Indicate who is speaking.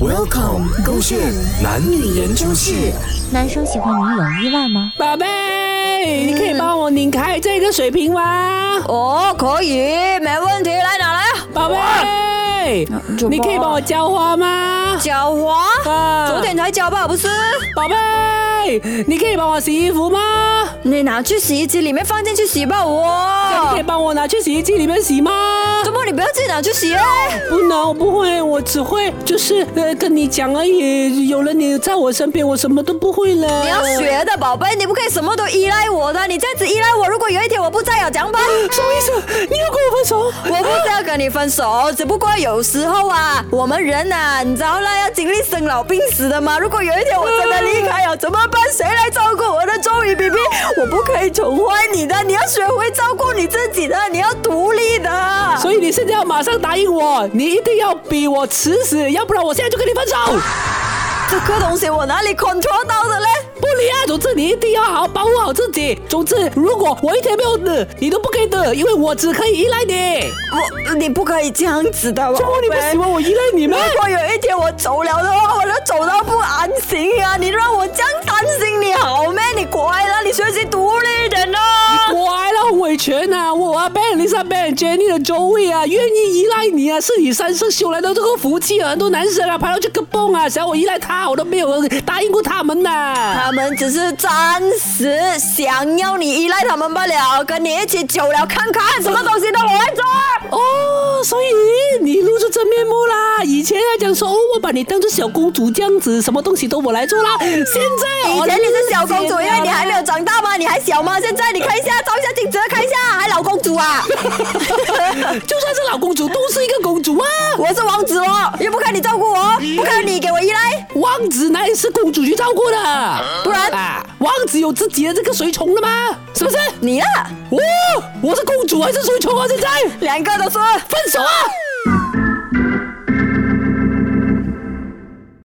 Speaker 1: Welcome，勾线男女研究室。
Speaker 2: 男生喜欢你有意外吗？
Speaker 3: 宝贝，你可以帮我拧开这个水瓶吗？
Speaker 4: 哦，可以，没问题，来拿来啊。
Speaker 3: 宝贝
Speaker 4: 主，播
Speaker 3: 你可以帮我浇花吗？
Speaker 4: 狡猾，
Speaker 3: 啊
Speaker 4: 昨天才交吧，不是？
Speaker 3: 宝贝，你可以帮我洗衣服吗？
Speaker 4: 你拿去洗衣机里面放进去洗吧，
Speaker 3: 你可以
Speaker 4: 我。
Speaker 3: 帮我拿去洗衣机里面洗吗？
Speaker 4: 怎么你不要自己拿去洗嘞？
Speaker 3: 不能，我不会，我只会就是呃跟你讲而已。有了你在我身边，我什么都不会了。
Speaker 4: 你要学的，宝贝，你不可以什么都依赖我的。你这样子依赖我，如果有一天我不在了，怎么办？
Speaker 3: 什么意思？你要跟我分手？
Speaker 4: 我不是要跟你分手，只不过有时候啊，我们人呐、你知道啦，要经历生老病死的嘛。如果有一天我真的离开了，怎么办？谁来照顾我的周 瑜 BB？我不可以宠坏你的，你要学会照顾你自己的，你要独立的。
Speaker 3: 所以你现在要马上答应我，你一定要比我迟死，要不然我现在就跟你分手。
Speaker 4: 这个东西我哪里 control 到的嘞？
Speaker 3: 不理啊，总之你一定要好好保护好自己。总之，如果我一天没有的，你都不可以的，因为我只可以依赖你。
Speaker 4: 我你不可以这样子 的，
Speaker 3: 中
Speaker 4: 宝
Speaker 3: 你不
Speaker 4: 贝
Speaker 3: 喜欢我依赖你吗？
Speaker 4: 如果有一天我走了的话，我都走到不安心啊！你让我这样担心你好咩？你乖啦，你学习独立一点啦。
Speaker 3: 我挨了维权啊，我啊被 Lisa、被 Jenny 的 Joey 啊，愿意依赖你啊，是你三生修来的这个福气啊。很多男生啊，爬到这个泵啊，想要我依赖他，我都没有 答应过他们呐、
Speaker 4: 他们只是暂时想要你依赖他们罢了，跟你一起久了看看，什么东西都我会做。
Speaker 3: 哦，所以你露出真面目啦！以前还讲说，哦，我把你当做小公主这样子，什么东西都我来做啦。现在
Speaker 4: 以
Speaker 3: 哦
Speaker 4: 前你是小公主，
Speaker 3: 姐
Speaker 4: 因
Speaker 3: 啊
Speaker 4: 为你还没有长大嘛，你还小嘛。现在你看一下，照一下镜子，看一下，还老公主啊！
Speaker 3: 就算是老公主，都是一个公主啊。
Speaker 4: 我是王子哦，又不看你照顾我，不看你给我依赖。
Speaker 3: 王子哪里是公主去照顾的？
Speaker 4: 不然
Speaker 3: 啊，王子有自己的这个随从了吗？是不是？
Speaker 4: 你啦，
Speaker 3: 哦，我是公主还是随从啊？现在
Speaker 4: 两个都是。
Speaker 3: 分手啊！